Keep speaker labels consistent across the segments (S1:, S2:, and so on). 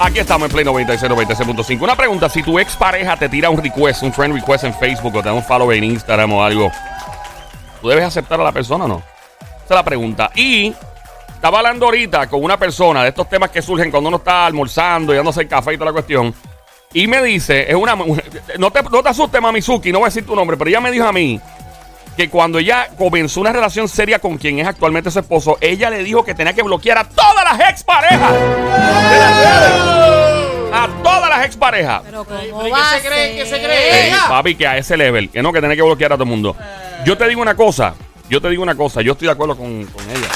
S1: Aquí estamos en Play 96, 96.5. Una pregunta, si tu expareja te tira un request, un friend request en Facebook o te da un follow en Instagram o algo, ¿tú debes aceptar a la persona o no? Esa es la pregunta. Y estaba hablando ahorita con una persona de estos temas que surgen cuando uno está almorzando y dándose el café y toda la cuestión. Y me dice, es una... mu- No te, no te asustes, Mamizuki, no voy a decir tu nombre, pero ella me dijo a mí que cuando ella comenzó una relación seria con quien es actualmente su esposo, ella le dijo que tenía que bloquear a todas las exparejas. De las redes. A todas las exparejas.
S2: Pero
S3: ¿Pero
S2: ¿cómo
S3: y
S2: va
S3: qué
S2: a
S3: se cree? ¿Qué se
S2: ser?
S3: cree?
S1: Ey, papi, que a ese level, que no, que tenés que bloquear a todo el mundo. Yo te digo una cosa, yo te digo una cosa, yo estoy de acuerdo con, con ella.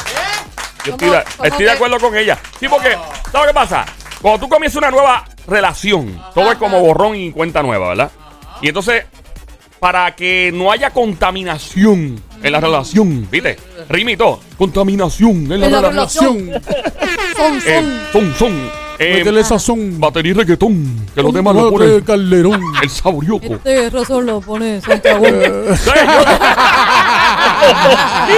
S1: Yo estoy,
S2: ¿Cómo-
S1: de,
S2: cómo
S1: estoy de
S2: que-
S1: acuerdo con ella. Sí, porque, ¿sabes qué pasa? Cuando tú comienzas una nueva relación, todo es como borrón y cuenta nueva, ¿verdad? Y entonces, para que no haya contaminación en la relación, ¿viste? Rimito, contaminación en la
S2: En la
S1: relación.
S2: Son,
S1: Eh,
S2: son.
S1: son, son. Eh,
S3: Métele sazón.
S1: batería y reggaetón, que los demás lo
S3: Madre
S1: ponen
S3: Calderón.
S1: el saborioco.
S2: Este razón lo pone
S3: eh,
S2: Santiago.
S1: Sí, yo-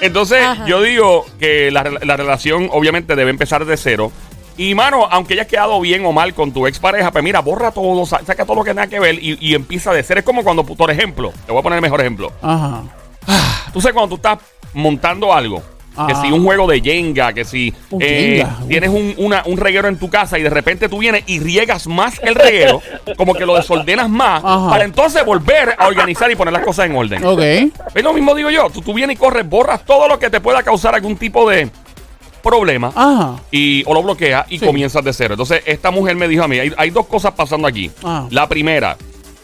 S1: Entonces, yo digo que la, rel- la relación obviamente debe empezar de cero. Y, mano, aunque hayas quedado bien o mal con tu expareja, pues mira, borra todo, sa- saca todo lo que tenga que ver y, y empieza de cero. Es como cuando, por ejemplo, te voy a poner el mejor ejemplo.
S3: Ajá.
S1: Tú sabes cuando tú estás montando algo. Que
S3: Ah.
S1: si un juego de Jenga, que si
S3: Un
S1: eh,
S3: Jenga, uh.
S1: tienes un, una- un reguero en tu casa y de repente tú vienes y riegas más el reguero, como que lo desordenas más,
S3: Ajá.
S1: para entonces volver a organizar y poner las cosas en orden.
S3: Ok.
S1: Es lo mismo digo yo, tú, tú vienes y corres, borras todo lo que te pueda causar algún tipo de problema
S3: Ajá.
S1: y, o lo bloqueas y
S3: Ah. Sí.
S1: comienzas de cero. Entonces, esta mujer me dijo a mí, hay, hay dos cosas pasando aquí.
S3: Ah.
S1: La primera,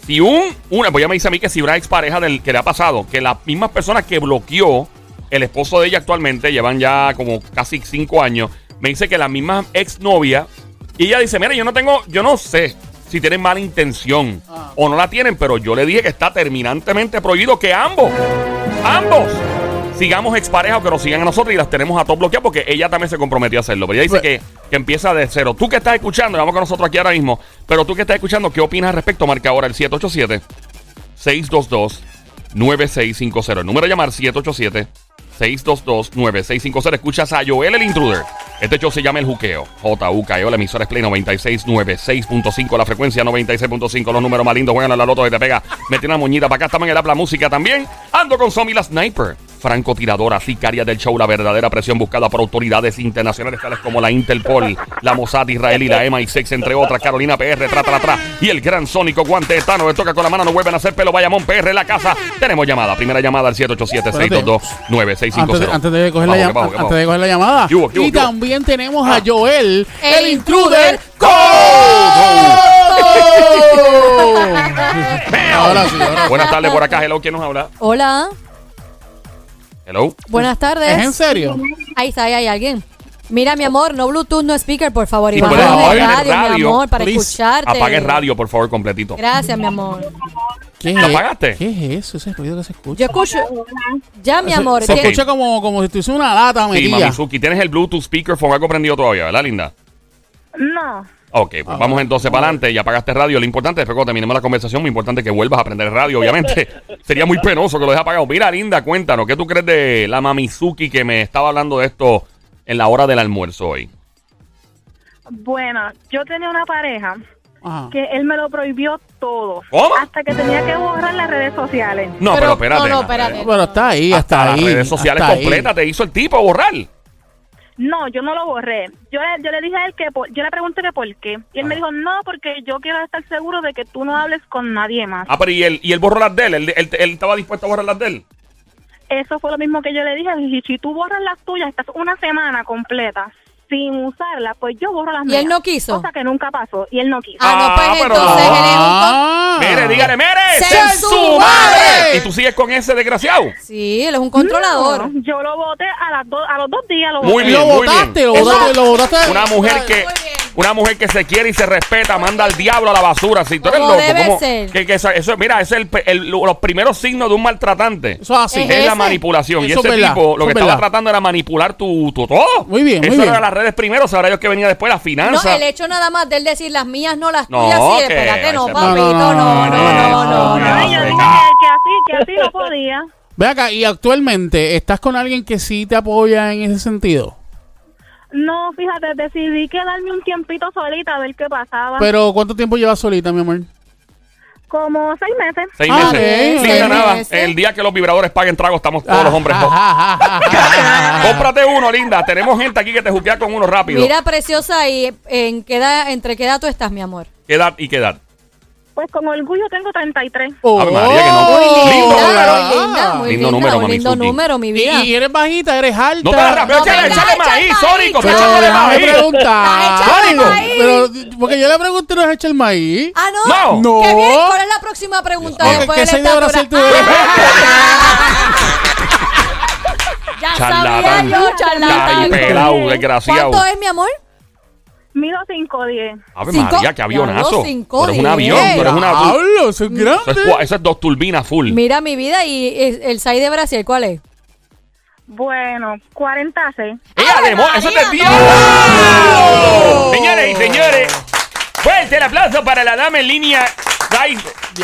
S1: si un, una, pues ya me dice a mí que si una expareja del que le ha pasado, que las mismas personas que bloqueó el esposo de ella actualmente, llevan ya como casi cinco años, me dice que las mismas exnovia, y ella dice, mira, yo no tengo, yo no sé si tienen mala intención
S3: Ah.
S1: o no la tienen, pero yo le dije que está terminantemente prohibido que ambos, ambos. Sigamos expareja o que nos sigan a nosotros y las tenemos a top bloqueadas porque ella también se comprometió a hacerlo. Pero ella dice
S3: Pues-
S1: que que empieza de cero. Tú que estás escuchando, vamos con nosotros aquí ahora mismo, pero tú que estás escuchando, ¿qué opinas al respecto? Marca ahora el 787 622 9650. El número a llamar 787 622 9650. Escuchas a Joel el Intruder. Este show se llama El Juqueo. J.U.K.E.O. E La emisora es Play 96, 96.5. La frecuencia 96.5. Los números más lindos. Juegan a la loto y te pega. Mete una moñita para acá. Estamos en el Habla Música también. Ando con Somi la Sniper. Francotiradora, sicaria del show. La verdadera presión buscada por autoridades internacionales tales como la Interpol, la Mossad Israel y la MI6, entre otras. Carolina PR, tra, tra, tra. Y el gran sónico guante de Thanos. Le toca con la mano. No vuelven a hacer pelo. Bayamón PR en la casa. Tenemos llamada. Primera llamada al 787 622 9650
S3: Antes de, antes de coger la llam- antes de coger la llamada.
S1: ¿Qué hubo, qué hubo,
S3: y
S1: qué hubo?
S3: también tenemos
S1: Ah.
S3: a Joel, el, intruder.
S1: Oh,
S3: Ahora sí, ahora sí.
S1: oh. Buenas tardes por acá, hello, ¿quién nos habla?
S2: Hola,
S1: Hello.
S2: buenas
S3: ¿Es en
S2: tardes.
S3: serio?
S2: Ahí está, ahí hay alguien. Mira, mi amor, no Bluetooth, no speaker, por favor.
S1: Sí,
S2: Y
S1: puedes
S2: bájale
S1: apagar el
S2: radio, mi
S1: radio,
S2: amor, para
S3: please.
S2: escucharte.
S1: Apague el radio, por favor, completito.
S2: Gracias, mi amor.
S3: ¿Qué
S1: ¿Lo apagaste?
S3: ¿Qué es eso? Ese ruido que se escucha.
S2: Yo escucho. Ya, mi
S3: Se-
S2: amor.
S3: Se,
S2: que-
S3: escucha como, como si tuviese una lata
S1: Sí,
S3: metida.
S1: Mamizuki, tienes el Bluetooth speakerphone algo prendido todavía, ¿verdad, linda?
S4: No,
S1: Ok, pues vamos entonces para adelante. Ya apagaste radio. Lo importante, después cuando terminemos la conversación, muy importante es que vuelvas a prender el radio, obviamente. Sería muy penoso que lo dejes apagado. Mira, linda, cuéntanos, ¿qué tú crees de la Mamizuki que me estaba hablando de esto en la hora del almuerzo hoy?
S4: bueno, yo tenía una pareja
S3: Ajá.
S4: que él me lo prohibió todo.
S1: ¿Cómo?
S4: Hasta que tenía que borrar las redes sociales.
S1: No, pero,
S2: Pero-
S1: espérate.
S2: no, no,
S1: na-
S2: espérate.
S3: Pero está ahí,
S1: Hasta
S3: hasta ahí.
S1: las redes sociales
S3: hasta ahí.
S1: completas te hizo el tipo borrar.
S4: No, yo no lo borré. Yo le, yo le dije a él que, por- yo le pregunté que por qué. Y él me dijo, no, porque yo quiero estar seguro de que tú no hables con nadie más.
S1: Ah, pero ¿y él, y él borró las de él? él? él- él estaba dispuesto a borrar las de él?
S4: Eso fue lo mismo que yo le dije. Y si tú borras las tuyas, estás una semana completa sin usarlas, pues yo borro las
S2: ¿Y
S4: mías.
S2: él no quiso?
S4: Cosa que nunca pasó. Y él no quiso.
S2: Ah, no,
S1: Ah,
S2: pues
S1: pero
S2: entonces
S1: no.
S2: él es un... con-
S3: Ah.
S1: Mire, dígale, mire,
S2: ¡Sea
S1: ¡Sea
S2: su madre!
S1: Y tú sigues con ese desgraciado.
S2: Sí, él es un controlador.
S4: No, yo lo voté a, las dos- a los dos días. Lo
S1: Muy
S4: boté.
S1: bien,
S3: Lo
S1: muy
S3: votaste,
S1: bien.
S3: lo votaste, lo votaste.
S1: Una mujer que una mujer que se quiere y se respeta, manda al diablo a la basura. Si tú eres
S2: Como
S1: loco,
S2: debe
S1: ¿cómo?
S2: ser.
S1: Que, que esa- eso, mira, ese es el pe- el- los primeros signos de un maltratante.
S3: Eso es así.
S1: es la
S2: ese.
S1: manipulación. y
S3: Eso
S1: ese
S3: es verdad,
S1: tipo lo
S3: eso
S1: que
S3: es
S1: estaba
S3: verdad.
S1: tratando era manipular tu, tu todo.
S3: Muy bien, muy
S1: Eso era
S3: bien.
S1: las redes primero, sabrá Dios que venía después, las
S2: No,
S1: finanzas.
S2: el hecho nada más de él decir las mías, no las
S1: No,
S2: tuyas, sí,
S1: que-
S2: espérate, no,
S1: no,
S2: papito, no, no, no, no,
S1: no,
S2: no.
S4: Ay, yo
S1: no, no.
S4: dije que, que así, que así no podía.
S3: Ve acá, y actualmente, ¿estás con alguien que sí te apoya en ese sentido?
S4: No, fíjate, decidí quedarme un tiempito solita a ver qué
S2: Ah.
S4: pasaba.
S3: Pero, ¿cuánto tiempo llevas solita, mi amor?
S4: Como seis meses.
S1: Seis
S3: Ah,
S1: meses.
S3: bien, Ah.
S1: Sin
S3: seis
S1: nada.
S2: meses.
S1: El día que los vibradores paguen trago, estamos todos los hombres. locos.
S3: Ajá, ajá, ajá, ajá.
S1: Cómprate uno, linda. Tenemos gente aquí que te juquea con uno rápido.
S2: Mira, preciosa, y en qué edad, entre qué edad tú estás, mi amor.
S1: ¿Qué edad y qué edad?
S4: Pues con orgullo tengo 33.
S1: Ave María, que no.
S3: Oh. Ah.
S1: Lindo número.
S2: Claro,
S1: ah.
S2: linda,
S1: Lindo
S2: muy linda,
S1: número,
S2: un
S1: mami,
S2: lindo
S1: Suki.
S2: número, mi vida.
S3: Y, y eres bajita, eres alta.
S1: No te agarras, pero
S2: No,
S1: échale,
S2: venga,
S1: échale
S2: echa
S1: maíz,
S2: el
S1: Sónico,
S2: maíz.
S3: Pero
S1: échale
S3: déjame
S1: maíz.
S2: Está
S3: preguntar.
S2: echando
S3: Sónico,
S2: maíz.
S3: Pero, porque yo le pregunté, ¿no es echar el maíz?
S2: Ah,
S1: No.
S2: no.
S3: No.
S2: Qué bien, ¿cuál es la próxima pregunta
S1: Dios mío.
S2: después
S3: ¿Qué
S2: de la
S3: se deberá
S2: estatura?
S3: hacer tu
S2: Ah,
S3: bebé?
S2: ya sabía
S1: Charlatán.
S2: yo,
S1: Cari
S2: charlatán.
S1: pelado, desgraciado.
S2: ¿Cuánto es, mi amor?
S4: Mido 5'10".
S1: Ave
S2: Cinco-
S1: María, qué avionazo.
S2: Diablo, cinco,
S1: Pero es un avión,
S2: diez.
S1: pero es una. Eso
S3: Diablo, eso es
S1: es,
S3: grande.
S1: cua- eso es dos turbinas full.
S2: Mira mi vida y es- el 6 de Brasil, ¿cuál es?
S4: Bueno, 40 sí.
S1: ¡Eh,
S2: Ave
S1: además! ¡Eso es de
S2: María,
S1: Dios! Señoras y señores, fuerte el aplauso para la dama en línea Dai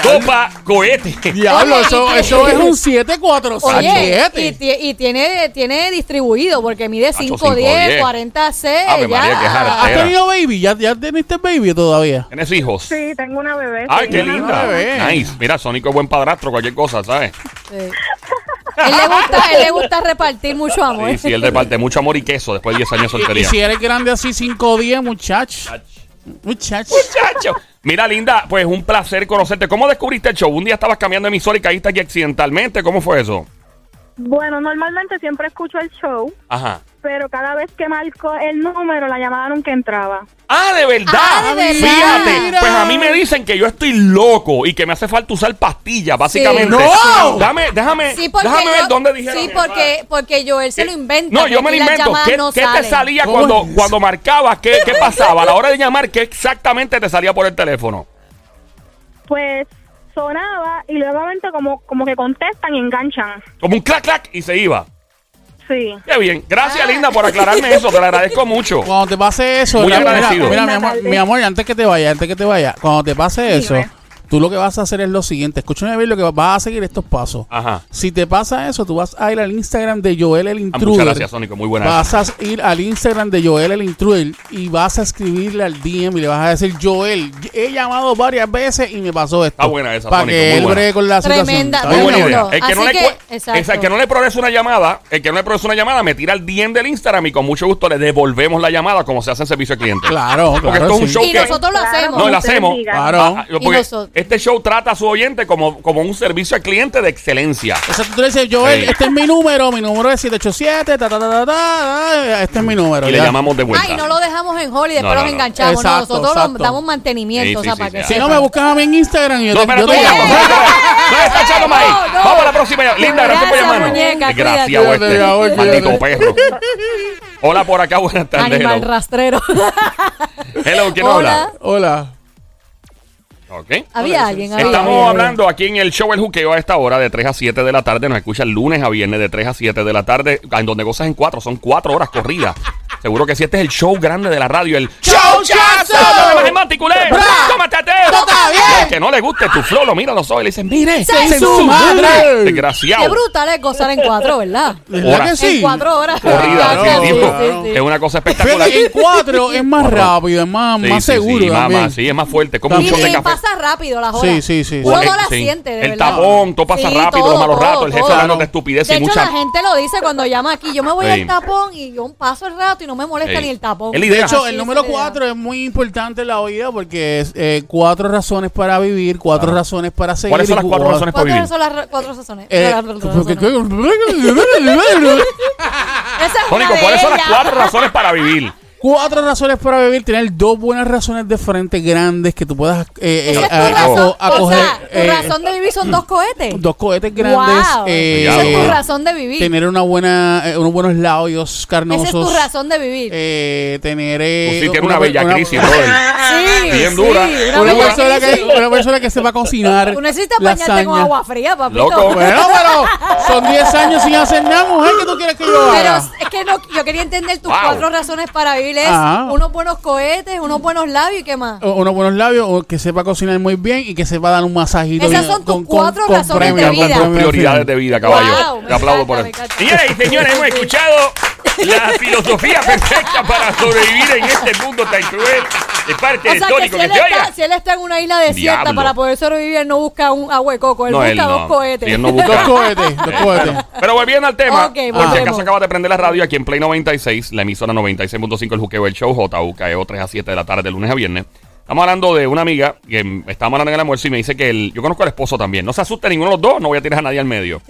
S1: Copa Cohete.
S3: Diablo,
S2: Oye,
S3: eso,
S2: y-
S3: eso es un
S1: Ah,
S2: Oye, y,
S3: 747.
S2: ti- y tiene, tiene distribuido porque mide
S1: Tacho,
S2: 5,
S1: Ah, cinco,
S2: 10,
S1: diez.
S2: 40, 6.
S1: Ave María, qué jara.
S3: ¿Has tenido baby? ¿Ya, ya teniste baby todavía?
S1: ¿Tienes hijos?
S4: Sí, tengo una bebé.
S1: ¡Ay,
S4: sí,
S1: qué
S4: una
S1: linda!
S4: bebé.
S3: bebé.
S1: Nice. Mira, Sónico es buen padrastro, cualquier cosa, ¿sabes?
S2: Él le gusta, él le gusta repartir mucho amor.
S1: Sí, sí, él reparte mucho amor y queso después de 10 años de
S3: Y, y
S1: soltería.
S3: si eres grande así, 5 10, muchacho. Muchacho.
S1: Chacho. Mira, linda, pues un placer conocerte. ¿Cómo descubriste el show? Un día estabas cambiando de emisora y caíste aquí accidentalmente. ¿Cómo fue eso?
S4: Bueno, normalmente siempre escucho el show,
S1: Ajá.
S4: pero cada vez que marco el número, la llamada nunca entraba.
S1: Ah, de verdad.
S2: Ah, de verdad.
S1: Fíjate,
S3: Mira.
S1: pues a mí me dicen que yo estoy loco y que me hace falta usar pastillas, básicamente.
S3: ¡No!
S1: Dame, déjame,
S2: Sí, porque
S1: déjame
S2: yo-
S1: ver dónde dijeron. Eh,
S2: Sí, porque, porque Joel se lo inventa.
S1: No, yo me lo
S2: porque las
S1: invento.
S2: llamadas
S1: ¿Qué,
S2: no
S1: qué te
S2: salen.
S1: salía
S3: ¿Cómo
S1: cuando,
S3: es?
S1: cuando marcabas? ¿Qué, ¿Qué pasaba? A la hora de llamar, ¿qué exactamente te salía por el teléfono?
S4: Pues sonaba y nuevamente como, como que contestan y enganchan.
S1: Como un clac, clac y se iba.
S4: Sí.
S1: Qué bien. Gracias,
S2: Ah.
S1: linda, por aclararme eso. Te lo agradezco mucho.
S3: Cuando te pase eso,
S1: Muy
S3: mira, mira,
S1: agradecido.
S3: mira, mi, amor, mi amor, antes que te vaya, antes que te vaya, cuando te pase eso,
S4: Dime.
S3: tú lo que vas a hacer es lo siguiente. Escúchame bien, lo que va- vas a seguir estos pasos.
S1: Ajá.
S3: Si te pasa eso, tú vas a ir al Instagram de Joel el
S1: Ah,
S3: Intruder.
S1: Muchas gracias, Sónico. Muy buena.
S3: Vas a ir al Instagram de Joel el Intruder y vas a escribirle al DM y le vas a decir, Joel, he llamado varias veces y me pasó esto.
S1: Está buena esa,
S3: Para
S1: Sónico,
S3: que
S1: muy
S3: él
S1: buena.
S3: bregue con la situación.
S2: Tremenda,
S3: ¿Está
S1: Muy
S3: bien,
S1: buena
S3: mi
S1: idea.
S3: amor?
S2: Ejemplo.
S1: El que, no le,
S2: Así
S1: cue-
S2: que, exacto.
S1: esa- el que no le progresa una llamada, el que no le progresa una llamada, me tira el DM del Instagram y con mucho gusto le devolvemos la llamada como se hace en servicio al cliente.
S3: Claro, claro.
S1: Porque esto es un
S3: sí.
S1: show
S2: Y
S1: que-
S2: nosotros lo
S4: Claro,
S2: hacemos.
S1: No, lo
S4: ustedes
S1: hacemos.
S4: digan.
S3: Claro.
S1: Ah, ah, porque
S2: Y nosotros.
S1: este show trata a su oyente como, como un servicio al cliente de excelencia.
S3: O sea, tú le dices, Joel,
S1: Sí.
S3: este es mi número, mi número es 787, ta, ta, ta, ta, ta, este es mi número.
S1: Y le
S3: ya.
S1: llamamos de vuelta.
S2: Ay, no lo dejamos en hall y
S1: No,
S2: después
S1: no,
S2: los
S1: no.
S2: enganchamos. No,
S3: Exacto,
S2: nosotros
S3: exacto.
S2: le damos mantenimiento,
S1: Sí, sí,
S2: o sea,
S1: sí,
S2: para
S1: sí,
S2: que
S1: ya.
S3: Si
S2: sepan.
S3: no, me buscas a mí en Instagram y yo
S1: No,
S3: te,
S1: espera,
S3: yo
S1: tú
S3: te
S1: llama.
S3: llamo.
S1: No, está echando maíz.
S2: No, no.
S1: Vamos a la próxima. llamada. Linda, gracias por
S2: Gracias,
S1: llamarnos.
S2: muñeca,
S1: Desgraciado
S3: cuídate.
S1: este.
S3: Cuídate, cuídate.
S1: Maldito perro. Hola por acá, buenas tardes.
S2: Animal
S1: Hello.
S2: rastrero.
S1: Hello, ¿quién
S2: Hola.
S1: habla?
S3: Hola.
S1: Ok.
S2: Había alguien, había alguien,
S1: Estamos
S2: había
S1: hablando aquí en el show El Juqueo a esta hora de 3 a 7 de la tarde. Nos escuchan lunes a viernes de 3 a 7 de la tarde. En donde gozas en 4. Son 4 horas corridas. Seguro que si este es el show grande de la radio, el
S3: ¡Show chazo!
S1: ¡Show más en Maticulé!
S3: ¡Bra!
S1: ¡Tómate a Teo!
S3: ¡Toca bien!
S1: Y al que no le le guste tu flow, lo mira a los ojos y le dicen, mire,
S2: ¡Se
S1: ¡se
S2: en
S3: su madre!
S2: Qué
S1: Desgraciado.
S2: brutal es gozar en cuatro, ¿verdad?
S3: ¿Verdad que sí?
S2: En cuatro horas.
S1: Corrida,
S3: Claro,
S1: sí,
S3: claro.
S1: tipo,
S2: Ah, sí, sí.
S1: Es una cosa espectacular.
S3: Fíjate que en cuatro es más rápido, es más,
S1: Sí,
S3: más
S1: sí, sí,
S3: seguro
S1: más-
S3: también.
S1: más- sí, es más fuerte, como un
S2: Y,
S3: También.
S1: shot de
S2: y
S1: café.
S2: pasa rápido las horas.
S3: Sí, sí, sí.
S2: Uno
S1: Eh,
S2: no las
S1: sí.
S2: siente, de
S1: El
S2: verdad.
S1: tapón, todo pasa
S2: Sí,
S1: rápido, los
S2: todo,
S1: malos
S2: todo,
S1: ratos, el jefe
S2: todo.
S1: hablando de estupidez
S2: De
S1: y
S2: hecho,
S1: mucha...
S2: la gente lo dice cuando llama aquí. Yo me voy
S1: Sí.
S2: al tapón y yo paso el rato y no me molesta
S1: Sí.
S2: ni el tapón.
S1: Es la idea.
S3: De hecho,
S2: Así
S3: el
S2: es
S3: número
S2: la idea.
S3: cuatro es muy importante en la vida porque es eh, cuatro razones para vivir, cuatro razones para seguir.
S1: ¿Cuáles son
S3: y
S1: las cuatro
S3: cua-
S1: razones para vivir?
S2: ¿Cuántas son las ra- cuatro sesiones?
S3: Eh,
S2: Las- las- las-
S3: porque-
S2: razones. Esa es
S1: Sónico,
S2: una de
S1: ¿cuáles son las
S2: ellas.
S1: cuatro razones para vivir?
S3: Cuatro razones para vivir, tener dos buenas razones de frente grandes que tú puedas eh,
S2: Esa
S3: eh,
S2: es tu
S3: a-
S2: razón.
S3: a- acoger,
S2: o sea, tu
S3: eh,
S2: razón de vivir son dos cohetes.
S3: dos cohetes grandes,
S2: Wow.
S3: eh,
S2: Esa es tu razón de vivir.
S3: tener una buena, eh, unos buenos labios
S2: Esa
S3: carnosos,
S2: es tu razón de vivir.
S3: eh, tener eh,
S1: Tú sí tienes una bella crisis, brother.
S2: sí,
S1: Ah, bien
S2: sí,
S1: dura.
S2: Una
S3: una
S1: Una
S2: bella
S3: persona, que,
S2: crisis.
S3: una persona que sepa cocinar.
S2: Tú necesitas bañarte con
S3: lasaña.
S2: agua fría, papito.
S1: Loco.
S3: Bueno, pero son 10 años sin hacer nada, mujer. ¿Qué tú quieres que yo
S2: Pero
S3: haga?
S2: es que no, yo quería entender tus
S1: Wow.
S2: cuatro razones para vivir. Es
S3: Ajá.
S2: unos buenos cohetes, unos buenos labios y qué más.
S3: O- unos buenos labios, o que sepa cocinar muy bien y que sepa dar un masajito.
S2: Esas
S3: bien-
S2: son tus cuatro razones de vida.
S3: al final.
S1: Prioridades de vida, caballo.
S2: Wow, me
S1: Te aplaudo
S2: encanta,
S1: por
S2: me
S1: eso.
S2: encanta.
S1: Señoras y señores, hemos
S2: Sí, sí.
S1: escuchado la filosofía perfecta para sobrevivir en este mundo tan cruel de parte
S2: O
S1: de
S2: sea que
S1: Tónico.
S2: si él,
S1: Que se oiga.
S2: está, si él está en una isla desierta
S1: Diablo.
S2: para poder sobrevivir, él no busca un agua de coco, él
S1: No,
S2: busca
S1: él
S2: dos
S1: no.
S2: cohetes.
S1: Sí, él no
S3: Dos
S1: busca.
S3: cohetes, dos cohetes.
S1: Pero volviendo al tema, eh,
S2: Ok,
S1: por si
S2: volvemos.
S1: acaso acabas de prender la radio aquí en Play 96, la emisora 96.5, el juqueo del show, JUKEO 3 E, a 7 de la tarde, de lunes a viernes. Estamos hablando de una amiga que mm, estábamos hablando en el almuerzo y me dice que el- yo conozco al esposo también. No se asuste ninguno de los dos, no voy a tirar a nadie al medio.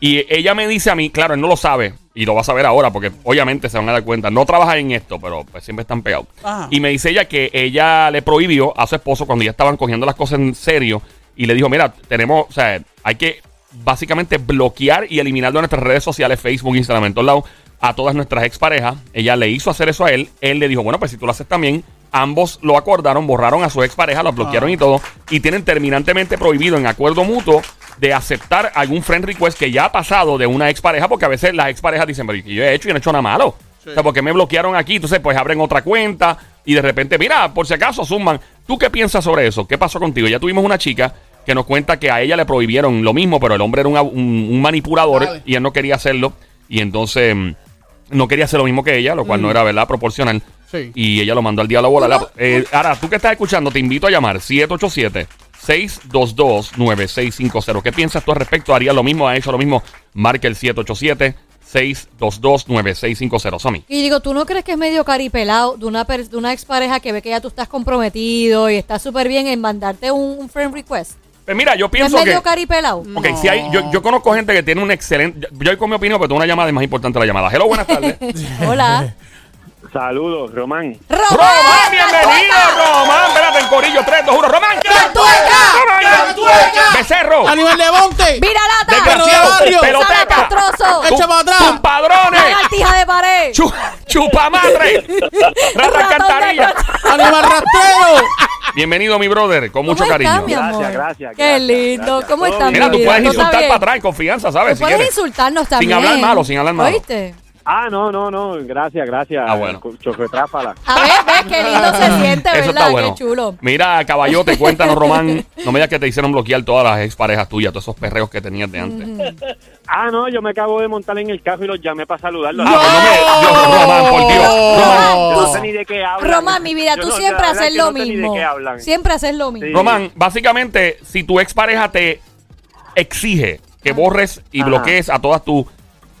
S1: Y ella me dice a mí, claro, él no lo sabe y lo va a saber ahora porque obviamente se van a dar cuenta. No trabaja en esto, pero pues, siempre están pegados.
S3: Ajá.
S1: Y me dice ella que ella le prohibió a su esposo cuando ya estaban cogiendo las cosas en serio y le dijo, mira, tenemos, o sea, hay que básicamente bloquear y eliminar de nuestras redes sociales, Facebook, Instagram, en todos lados, a todas nuestras exparejas. Ella le hizo hacer eso a él. Él le dijo, bueno, pues si tú lo haces también, ambos lo acordaron, borraron a su expareja, lo bloquearon y todo. Y tienen terminantemente prohibido en acuerdo mutuo de aceptar algún friend request que ya ha pasado de una expareja, porque a veces las exparejas dicen, pero ¿y yo he hecho y no he hecho nada malo. O sea, porque me bloquearon aquí, entonces pues abren otra cuenta y de repente, mira, por si acaso, suman. ¿Tú qué piensas sobre eso? ¿Qué pasó contigo? Ya tuvimos una chica que nos cuenta que a ella le prohibieron lo mismo, pero el hombre era un, ab- un- un manipulador
S3: Dale.
S1: y él no quería hacerlo. Y entonces mm, no quería hacer lo mismo que ella, lo cual no era, ¿verdad?, proporcional.
S3: Sí.
S1: Y ella lo mandó al diablo a volar.
S2: ¿Cómo?
S1: Eh, ahora, tú que estás escuchando, te invito a llamar 787-622-9650. ¿Qué piensas tú al respecto? ¿Haría lo mismo? ¿Ha hecho lo mismo? Marca el 787-622-9650. Somi.
S2: Y digo, ¿tú no crees que es medio caripelado de una, per- de una expareja que ve que ya tú estás comprometido y está súper bien en mandarte un, un friend request?
S1: Pues mira, yo
S2: ¿No es
S1: pienso que...
S2: medio caripelado?
S1: Ok, si hay, yo, yo conozco gente que tiene un excelente... Yo, yo con mi opinión, pero tengo una llamada y más importante la llamada. Hello, buenas tardes.
S2: Hola.
S5: Saludos, Román.
S1: Román, bienvenido, Román. Espérate en corillo, 3, 2, 1. Román, ¡Román! Becerro.
S3: ¡Animal de monte!
S2: ¡Vira lata!
S3: Desgraciado. barrio!
S1: ¡Peloteta!
S2: ¡Castroso!
S3: Echa para atrás.
S1: ¡Compadrones!
S2: ¡Lagartija de pared!
S1: Chu- ¡Chupamadre!
S2: Ratón de
S1: ¡Rata cantarilla!
S2: coche.
S3: ¡Animal rastrero!
S1: Bienvenido, mi brother, con mucho
S2: ¿Cómo estás,
S1: cariño.
S2: mi amor?
S5: Gracias, gracias,
S2: Qué
S5: gracias,
S2: lindo.
S5: gracias.
S2: ¿Cómo
S5: Todo
S2: estás, mi
S5: bien.
S1: Mira, tú
S2: vida?
S1: puedes
S2: ¿Todo está
S1: insultar
S2: bien?
S1: para atrás en confianza, ¿sabes? Si
S2: Tú puedes
S1: quieres.
S2: insultarnos también.
S1: hablar malo, sin hablar malo.
S2: ¿Oíste?
S5: Ah, no, no, no. Gracias, gracias.
S1: Ah, bueno.
S5: Chofe Tráfala.
S2: A ver, ves qué lindo se siente, ¿verdad?
S1: Eso está bueno.
S2: Qué chulo.
S1: Mira, caballote, cuéntanos, Román. No me digas que te hicieron bloquear todas las exparejas tuyas, todos esos perreos que tenías de antes.
S5: Ah, no, yo me acabo de montar en el carro y los llamé para saludarlos.
S1: Ah, pues no me- Dios, Román, por Dios. Román,
S5: Yo no sé ni de qué hablan.
S2: Román, mi vida,
S5: Yo
S2: tú
S5: no-
S2: siempre
S5: la verdad
S2: haces
S5: que no
S2: lo
S5: sé ni de
S2: mismo.
S5: qué hablan.
S2: Siempre haces lo mismo.
S5: Sí.
S1: Román, básicamente, si tu expareja te exige que borres y
S5: Ajá.
S1: bloquees a todas tu,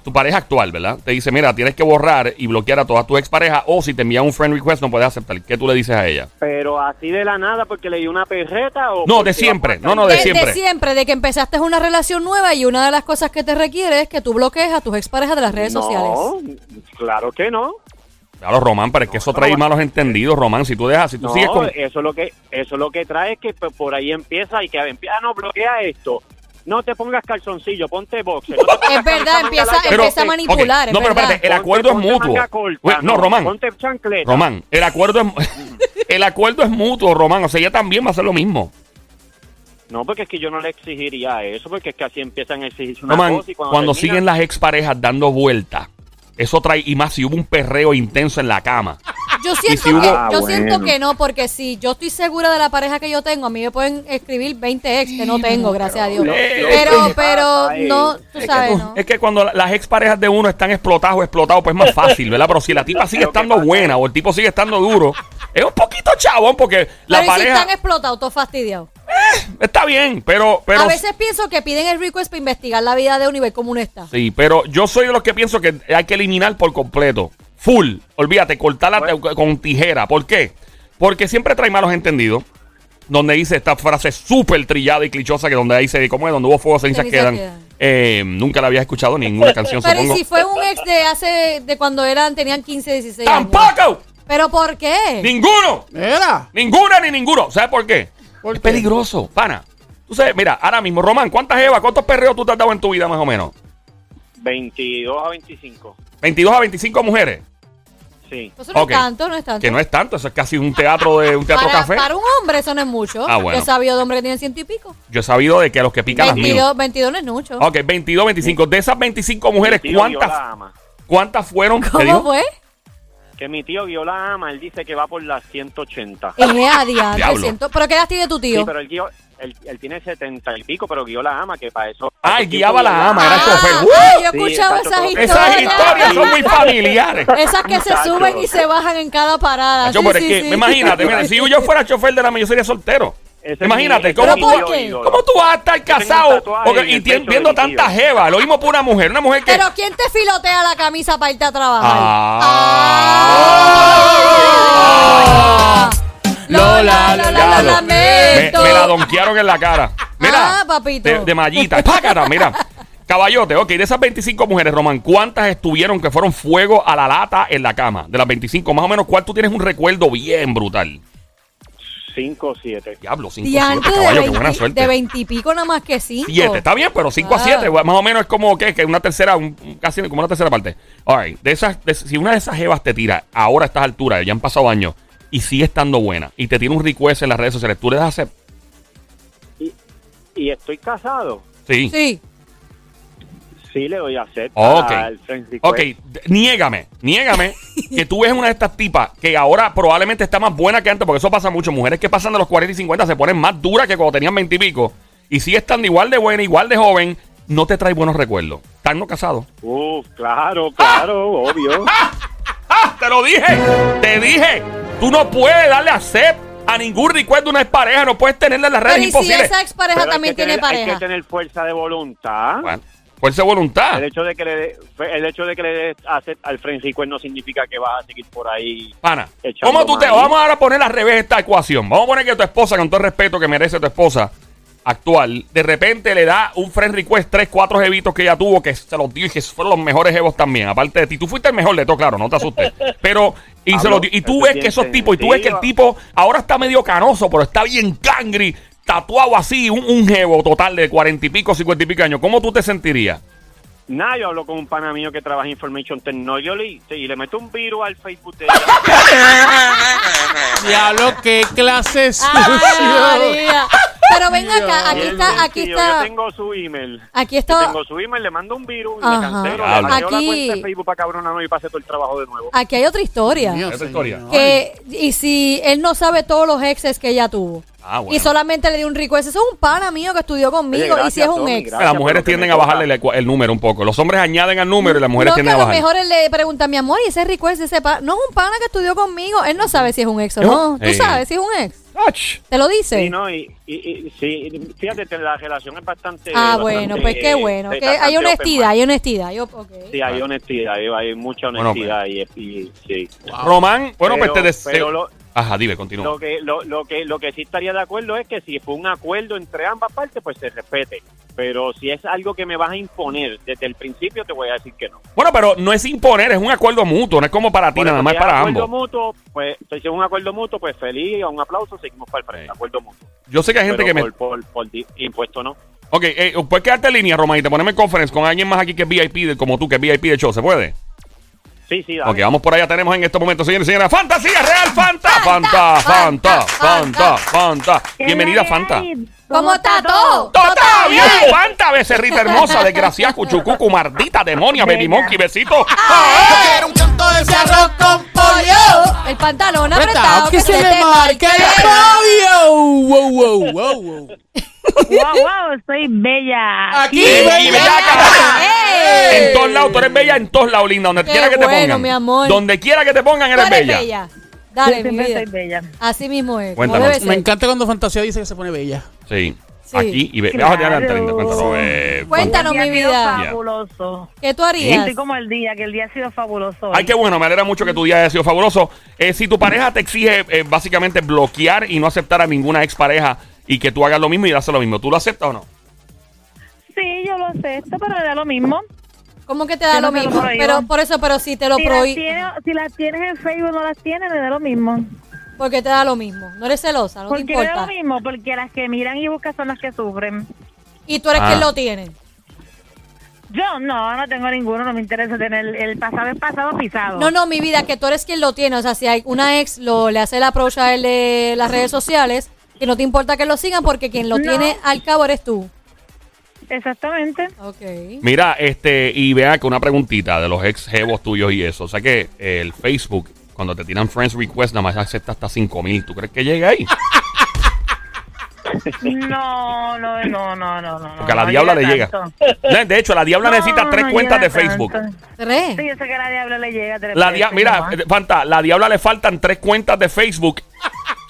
S1: tu pareja actual, ¿verdad? Te dice, mira, tienes que borrar y bloquear a todas tus exparejas o si te envía un friend request no puedes aceptar. ¿Qué tú le dices a ella?
S5: Pero así de la nada porque le di una perreta o...
S1: No,
S5: porque
S1: de siempre.
S5: iba
S1: No,
S5: a
S1: no, de
S5: pasar.
S2: Desde
S1: siempre.
S2: siempre, de que empezaste una relación nueva y una de las cosas que te requiere es que tú bloquees a tus exparejas de las redes sociales.
S5: No, claro que no.
S1: Claro, Román, pero es que eso trae malos entendidos, Román. Si tú dejas, si tú
S5: eh, No, eh,
S1: sigues con...
S5: eso es lo que eso es lo que trae es que pues, por ahí empieza y que empieza, ah, no bloquea esto. No te pongas calzoncillo, ponte boxer. no te pongas
S2: Es verdad,
S5: camisa manga
S2: empieza-
S5: larga,
S2: empieza a
S5: ponte-
S2: manipular, es
S1: No, pero
S2: verdad.
S1: espérate, el acuerdo
S5: ponte
S1: es mutuo.
S5: manga corta,
S1: Bueno, no, Román.
S5: Ponte chancleta.
S1: Román, el acuerdo es el acuerdo es mutuo, Román. O sea, ella también va a hacer lo mismo.
S5: No, porque es que yo no le exigiría eso, porque es que así empiezan a exigirse una
S1: Román,
S5: cosa y
S1: cuando,
S5: cuando,
S1: siguen
S5: terminan-
S1: las exparejas dando vueltas, eso trae, y más si hubo un perreo intenso en la cama.
S2: Yo siento,
S1: si
S2: que,
S1: hubo-
S2: yo
S1: Ah,
S2: siento
S6: bueno.
S2: que no, porque si yo estoy segura de la pareja que yo tengo, a mí me pueden escribir 20 ex que no tengo, gracias a Dios.
S1: lo-
S5: Eh,
S1: lo
S2: Pero,
S5: que
S2: pero,
S5: pasa ah, eh, es-
S2: no, tú
S1: Es que,
S2: sabes,
S1: tú-
S2: ¿no?
S1: es que cuando la- las exparejas de uno están explotadas o explotados, pues es más fácil, ¿verdad? Pero si la tipa sigue
S5: Lo que
S1: estando
S5: pasa-
S1: buena o el tipo sigue estando duro, es un poquito chabón porque la
S2: pero y si
S1: pareja
S2: están explotados, todos fastidiados.
S1: está bien, pero, pero
S2: a veces pienso que piden el request para investigar la vida de un nivel común está.
S1: Sí, pero yo soy de los que pienso que hay que eliminar por completo. Full. Olvídate, cortarla te- con tijera. ¿Por qué? Porque siempre trae malos entendidos. Donde dice esta frase súper trillada y clichosa que donde dice, ¿cómo es? Donde hubo fuego, cenizas
S2: Cenizas
S1: quedan.
S2: quedan.
S1: Eh, nunca la había escuchado ninguna canción,
S2: Pero y
S1: supongo.
S2: si fue un ex de hace, de cuando eran, tenían 15, 16 años.
S1: ¡Tampoco!
S2: ¿Pero por qué?
S1: ¡Ninguno!
S3: Era.
S1: Ninguna ni ninguno. ¿Sabes por qué?
S3: ¿Por
S1: es
S3: qué?
S1: peligroso. Pana. Tú sabes, mira, ahora mismo, Román, ¿cuántas evas, cuántos perreos tú te has dado en tu vida más o menos?
S5: 22 a 25.
S1: 22 a 25 mujeres.
S5: Sí.
S2: Eso no
S1: Ok.
S2: es tanto, no es tanto.
S1: Que no es tanto, eso es casi un teatro de un teatro
S2: para,
S1: café.
S2: para un hombre eso no es mucho.
S1: Ah, bueno.
S2: Yo he sabido de hombres que tienen ciento y pico.
S1: Yo he sabido de que a los que pican las mías.
S2: 22, 22 no es mucho.
S1: Ok, 22, 25. De esas 25 mujeres,
S5: Mi tío vio
S1: ¿cuántas,
S5: la ama.
S1: cuántas fueron? ¿Te
S2: ¿Cómo
S1: digo?
S2: fue?
S5: Que mi tío vio la ama, él dice que va por las 180.
S2: Eh, adiante,
S1: Diablo.
S2: siento- ¿Pero qué edad tiene tu tío?
S5: Sí, pero él, guió- él, él tiene 70 y pico, pero guió la ama, que para eso...
S1: Ah, él
S5: eso
S1: guiaba
S5: guió
S1: la ama, era
S2: Ah,
S1: chofer.
S2: ok, yo he
S5: Sí,
S2: escuchado
S5: exacto,
S2: esas
S5: todo.
S2: historias.
S1: Esas historias son muy familiares.
S2: Esas que se
S5: Muchacho.
S2: suben y se bajan en cada parada.
S1: Nacho,
S2: Ah, Sí,
S1: Ah, pero es
S2: sí,
S1: que,
S2: sí.
S1: me imagínate, mira, si yo fuera chofer de la ama, yo sería soltero.
S5: Ese es mi-
S1: imagínate,
S5: ese
S1: ¿cómo
S5: es
S2: ¿Pero
S1: tú,
S5: mi
S2: por
S1: vas-
S5: tío
S2: qué?
S5: ídolo.
S1: ¿cómo tú vas a estar
S5: tengo un
S1: casado
S5: tatuaje
S1: porque-
S5: en
S1: y
S5: el
S1: tien-
S5: pecho
S1: viendo
S5: de mi
S1: tantas
S5: tío.
S1: jevas? Lo mismo por una mujer, una mujer que...
S2: Pero ¿quién te filotea la camisa para irte a trabajar?
S1: Ah.
S2: Ah. Lola, Lola,
S1: Ya
S2: lo
S1: lo-
S2: lamento.
S1: Me, me la donkearon en la cara. Mira,
S2: Ah, papito.
S1: De, de mallita. Pácara, mira. Caballote, ok, de esas 25 mujeres, Román, ¿cuántas estuvieron que fueron fuego a la lata en la cama? De las 25, más o menos, ¿cuál tú tienes un recuerdo bien brutal?
S5: 5 o 7.
S1: Diablo, 5
S2: Diante
S1: 7,
S2: de
S1: caballo, qué
S2: 20
S1: buena suerte.
S2: de 20 y pico nada más que 5.
S1: Siete, está bien, pero 5 a
S2: Ah.
S1: 7, más o menos es como que, que una tercera, un- un- casi como una tercera parte. All right, de esas, de- si una de esas jevas te tira ahora a estas alturas, ya han pasado años, y sigue estando buena, y te tiene un request en las redes sociales, ¿tú le das a aceptar?
S5: Y, y estoy casado.
S1: Sí.
S2: Sí.
S5: Sí, le doy a hacer
S1: Ok.
S5: al Ah, friend request.
S1: Ok, d- niégame, niégame que tú ves una de estas tipas que ahora probablemente está más buena que antes, porque eso pasa mucho. Mujeres que pasan de los 40 y 50 se ponen más duras que cuando tenían 20 y pico. Y si están igual de buena, igual de joven, no te trae buenos recuerdos. Están no casados.
S5: Uf, claro, claro, obvio.
S1: ¡Ah! ¡Te lo dije! ¡Te dije! Tú no puedes darle accept a ningún recuerdo de una pareja, no puedes tenerla en las redes,
S2: Pero
S1: es
S2: ¿y si
S1: imposible.
S2: esa expareja
S5: Pero hay
S2: también
S5: que
S2: tiene
S5: tener- Hay
S2: pareja?
S5: que tener fuerza de voluntad.
S1: Bueno, fuerza de voluntad.
S5: El hecho de que le dé- el hecho de que le des hacer al friend request no significa que vas a seguir por ahí.
S1: Pana,
S5: Echando
S1: ¿cómo tú te
S5: maíz.
S1: vamos ahora a poner al revés esta ecuación? Vamos a poner que tu esposa, con todo el respeto que merece tu esposa actual, de repente le da un friend request, tres, cuatro jevitos que ella tuvo, que se los dio y que fueron los mejores jevos también, aparte de ti. Tú fuiste el mejor de todo, claro, no te asustes. Pero, y se
S5: Hablo,
S1: los dio. Y tú
S5: eso
S1: ves
S5: es bien
S1: que esos tipos, y tú ves que el
S5: sencillo.
S1: tipo ahora está medio canoso, pero está bien cangri, tatuado así, un, un jevo total de cuarenta y pico, cincuenta y pico años. ¿Cómo tú te sentirías?
S5: Nada, yo hablo con un pana mío que trabaja en Information Technology y, y le meto un virus al Facebook de ella.
S3: Diablo, qué clase
S2: Ay,
S3: sucio.
S2: Ah, María. Pero ven acá, aquí
S5: Bien
S2: está, aquí
S5: sencillo, Yo
S2: está.
S5: tengo su email.
S2: Aquí
S5: Yo
S2: está.
S5: tengo su email, le mando un virus y
S2: Ajá.
S5: le cancelo.
S1: Diablo.
S5: Le hackeo la
S2: Aquí- Ah,
S5: cuenta de Facebook para cabrona no y pase todo el trabajo de nuevo.
S2: Aquí hay otra historia.
S3: Dios
S1: Esa historia.
S3: señor.
S2: que y si él no sabe todos los exes que ella tuvo
S1: Ah, bueno.
S2: y solamente le dio un request eso es un pana mío que estudió conmigo
S5: Oye,
S2: y si
S5: gracias,
S2: es un
S5: Tommy,
S2: ex
S5: gracias.
S1: las mujeres
S5: pero que
S1: tienden
S5: me
S1: a
S5: toca.
S1: bajarle la ecua- el, número un poco. Los hombres añaden al número y las mujeres
S2: no, que
S1: tienden
S2: a
S1: a
S2: lo
S1: bajar.
S2: mejor él le pregunta mi amor y ese request de ese pana no es un pana que estudió conmigo él no sabe si es un ex o
S1: Es un-
S2: no tú
S1: Eh.
S2: sabes si es un ex
S1: Ach.
S2: te lo dice
S5: Sí, no, y, y- y- sí, fíjate, te- la relación es bastante.
S2: ah
S5: bastante,
S2: bueno pues
S5: eh,
S2: qué bueno que
S5: bastante
S2: hay
S5: open
S2: honestidad
S5: mind.
S2: hay honestidad yo, ok.
S5: Sí,
S4: ah.
S5: hay honestidad, hay, hay mucha
S1: Bueno, pues.
S5: honestidad y, y- sí.
S1: Román, bueno,
S5: Pero-
S1: pues te deseo.
S5: pero lo-
S1: Ajá, dime, continúa.
S5: Lo que, lo, lo que, lo que sí estaría de acuerdo es que si fue un acuerdo entre ambas partes, pues se respete. Pero si es algo que me vas a imponer desde el principio, te voy a decir que no.
S1: bueno, pero no es imponer, es un acuerdo mutuo, no es como para ti,
S5: Bueno,
S1: nada
S5: si
S1: más
S5: es
S1: para
S5: acuerdo
S1: ambos.
S5: Mutuo, pues, si es un acuerdo mutuo, pues feliz, un aplauso, seguimos para el frente.
S1: Sí.
S5: Acuerdo mutuo.
S1: Yo sé que hay gente que
S5: Pero
S1: me.
S5: por, por, por di- impuesto no.
S1: Ok, eh, puedes quedarte en línea, Román, y te ponemos en conference con alguien más aquí que es VIP, de- como tú, que es VIP de show, ¿se puede?
S5: Sí, sí, dale.
S1: Ok, vamos por allá, tenemos en estos momentos, señores y señoras, Fantasía Real Fanta, Fanta, Fanta, Fanta, Fanta. Bienvenida, Fanta.
S2: cómo está todo
S1: ¡Tota! ¡Bien! ¡Fanta, becerrita hermosa, desgraciada, cuchucucu, mardita, demonia, baby monkey, besito!
S3: Yo quiero un canto de cerro con pollo.
S2: novio. El pantalón
S1: Pues
S2: apretado
S3: que se le
S2: te
S3: marque el novio. Wow, wow, wow, wow.
S4: Wow, wow, soy bella.
S3: Aquí,
S1: Sí,
S3: ven,
S1: y
S3: ven
S1: bellaca.
S3: acá.
S2: ¡Ey!
S1: En todos lados, tú eres bella en todos lados, linda. Donde
S2: Qué
S1: quiera que te
S2: bueno,
S1: pongan.
S2: mi amor.
S1: Donde quiera que te pongan,
S2: Tú
S1: eres, bella.
S2: Dale, mi
S4: Yo siempre
S2: vida.
S4: soy bella.
S2: Así mismo es. como
S1: Cuéntanos.
S2: debe ser.
S3: Me encanta cuando Fantasía dice que se pone bella.
S1: Sí.
S2: Sí.
S1: Aquí y ve.
S4: Claro.
S1: Vamos adelante, linda. Cuéntalo. eh,
S2: Cuéntanos,
S4: El día
S2: mi
S4: ha sido
S2: vida.
S4: Fabuloso.
S2: ¿Qué tú harías?
S4: Estoy como el día, que el día ha sido fabuloso. hoy.
S1: Ay, qué bueno, me alegra mucho que tu día haya sido fabuloso. Eh, si tu pareja te exige eh, básicamente bloquear y no aceptar a ninguna expareja y que tú hagas lo mismo y él hace lo mismo, ¿tú lo aceptas o no?
S4: Sí, yo lo acepto, pero le da lo mismo.
S2: ¿Cómo que te da
S4: Yo no
S2: lo
S4: te lo
S2: mismo?
S4: prohíbo.
S2: Pero por eso, pero si te lo
S4: Si las,
S2: prohíbe,
S4: tienes, si las tienes en Facebook, no las tienes, le da lo mismo.
S2: porque te da lo mismo. No eres celosa, no te
S4: ¿Por qué le da
S2: importa.
S4: lo mismo? Porque las que miran y buscan son las que sufren.
S2: Y tú eres
S1: Ah.
S2: quien lo tiene.
S4: Yo no, no tengo ninguno, no me interesa tener el, el pasado, es pasado pisado.
S2: No, no, mi vida, que tú eres quien lo tiene. O sea, si hay una ex lo le hace el approach a él de las redes sociales, que no te importa que lo sigan porque quien lo
S4: No.
S2: tiene al cabo eres tú.
S4: Exactamente.
S2: Ok.
S1: Mira, este, y vea que una preguntita de los ex jevos tuyos y eso. O sea que eh, el Facebook, cuando te tiran Friends Request, nada más acepta hasta 5000. ¿Tú crees que llega ahí?
S4: No, no, no, no, no, no.
S1: Porque a la
S4: no
S1: diabla le llega.
S4: tanto.
S1: De hecho, la diabla
S4: No,
S1: necesita tres
S4: no
S1: cuentas de
S4: llega
S1: Facebook.
S4: tanto.
S2: ¿Tres?
S4: Sí, yo sé que a la diabla le llega tres
S1: La dia-
S4: veces,
S1: mira,
S4: nomás.
S1: eh, Fanta, la diabla le faltan tres cuentas de Facebook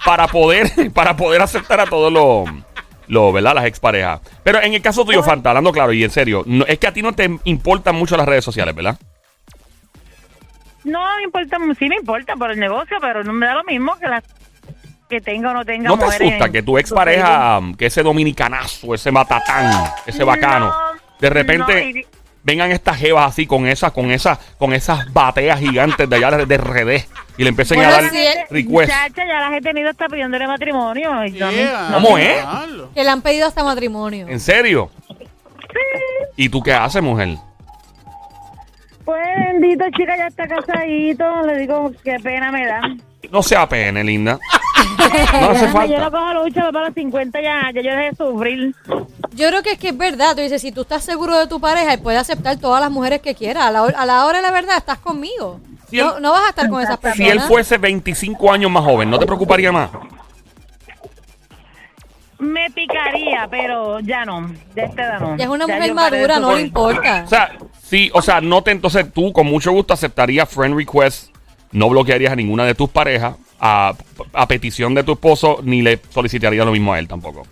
S1: para poder, para poder aceptar a todos los, los, ¿verdad? Las exparejas. Pero en el caso tuyo, Fanta, hablando claro y en serio, no- es que a ti no te importan mucho las redes sociales, ¿verdad?
S4: No me importa, sí me importa por el negocio, pero no me da lo mismo que las que tenga o no tenga
S1: ¿No te
S4: mujeres
S1: asusta
S4: en
S1: que tu expareja, que ese dominicanazo, ese matatán, ese bacano,
S4: No,
S1: de repente
S4: no, y-
S1: vengan estas jevas así con esas, con esas, con esas bateas gigantes de allá de- de RD y le empiecen
S2: Bueno,
S1: a dar
S2: sí, eh,
S1: request?
S4: Muchacha, ya las he tenido hasta pidiéndole matrimonio. y yo no-
S3: Yeah.
S4: no-
S1: ¿Cómo es?
S3: Malo.
S2: Que le han pedido hasta matrimonio.
S1: ¿En serio? ¿Y tú qué haces, mujer?
S4: Pues bendito, chica, ya está casadito. Le digo, qué pena me da.
S1: No sea pene, linda. No hace
S4: Déjame, Yo no
S1: falta.
S4: cojo lucha, para los 50 ya, ya yo dejé de sufrir.
S2: Yo creo que es que es verdad. Tú dices, si tú estás seguro de tu pareja, él puede aceptar todas las mujeres que quiera. A la, hor- a la hora de la verdad, estás conmigo.
S1: Si
S2: no,
S1: él-
S2: no vas a estar con esas
S1: Si él
S2: personas.
S1: fuese 25 años más joven, ¿no te preocuparía más?
S4: Me picaría, pero ya no. Ya esta edad no.
S2: Ya es una
S4: Ya
S2: mujer
S4: yo paré de
S2: madura, no le
S4: sufrir.
S2: importa.
S1: O sea, sí, o sea, no te entonces tú con mucho gusto aceptarías friend request, no bloquearías a ninguna de tus parejas a, a petición de tu esposo, ni le solicitarías lo mismo a él tampoco.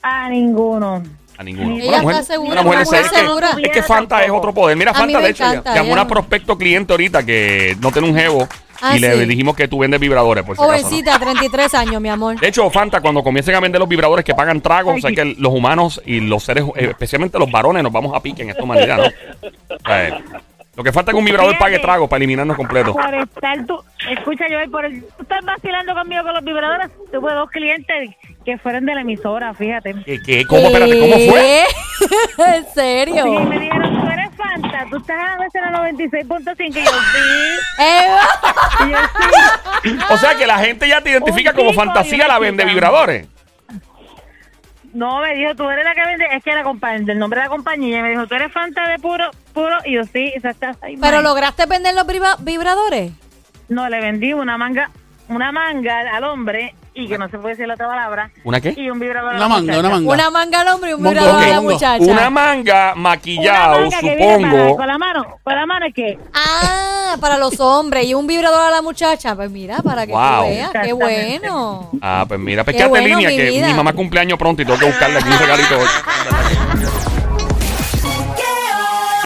S4: A ninguno.
S1: A ninguno.
S2: Ella está segura,
S1: una mujer
S4: una mujer
S1: es que-
S2: segura.
S1: Es que Fanta es otro poder. Mira,
S2: A mí
S1: Fanta,
S2: me
S1: de hecho,
S2: encanta,
S1: llamó
S2: ella-
S1: una prospecto cliente ahorita que no tiene un jevo
S2: Ah,
S1: y le
S2: sí. Oh,
S1: dijimos que tú vendes vibradores, por si acaso, ¿no?
S2: Jovencita, 33 años, mi amor.
S1: De hecho, Fanta, cuando comiencen a vender los vibradores que pagan tragos, o sea que los humanos y los seres, eh, especialmente los varones, nos vamos a pique en esta humanidad, ¿no? O sea, eh, lo que falta es que un vibrador pague tragos para eliminarnos completo.
S4: Por estar tú. Escucha, yo por el, tú estás vacilando conmigo con los vibradores. Tuve dos clientes que fueron de la emisora, fíjate.
S1: ¿Qué, qué? ¿Cómo, espérate, cómo fue?
S2: ¿Qué? ¿En serio?
S4: Y me dijeron, tú eres Fanta, tú estás a veces en la 96.5. Y yo, sí.
S2: Eva.
S4: Y yo, sí.
S1: O sea que la gente ya te identifica
S4: Ah. Un
S1: como
S4: tipo y
S1: fantasía
S4: una
S1: la vende
S4: chica.
S1: vibradores.
S4: No, me dijo, tú eres la que vende. Es que era compa- del nombre de la compañía. Y me dijo, tú eres Fanta de puro, puro. Y yo, sí. esa está- ay,
S2: ¿Pero
S4: man.
S2: lograste vender los vibra- vibradores?
S4: No, le vendí una manga, una manga al hombre. Y que no se puede decir la otra palabra.
S1: ¿Una qué?
S4: Y un vibrador. a la
S3: Una manga,
S4: muchacha.
S3: una manga.
S2: Una manga al hombre y un
S3: Mongo,
S2: vibrador a la
S3: mongo.
S2: muchacha.
S1: Una manga maquillado,
S4: manga que viene para-
S1: supongo.
S4: con la mano, con la mano es que.
S2: Ah, para los hombres y un vibrador a la muchacha. Pues mira, para que
S1: Wow.
S2: tú veas, qué
S4: Exactamente.
S2: bueno.
S1: Ah, pues mira, pues
S2: Qué
S1: quédate en
S2: bueno,
S1: línea
S2: mi
S1: que
S2: vida.
S1: mi mamá cumpleaños pronto y tengo que buscarle aquí un regalito hoy.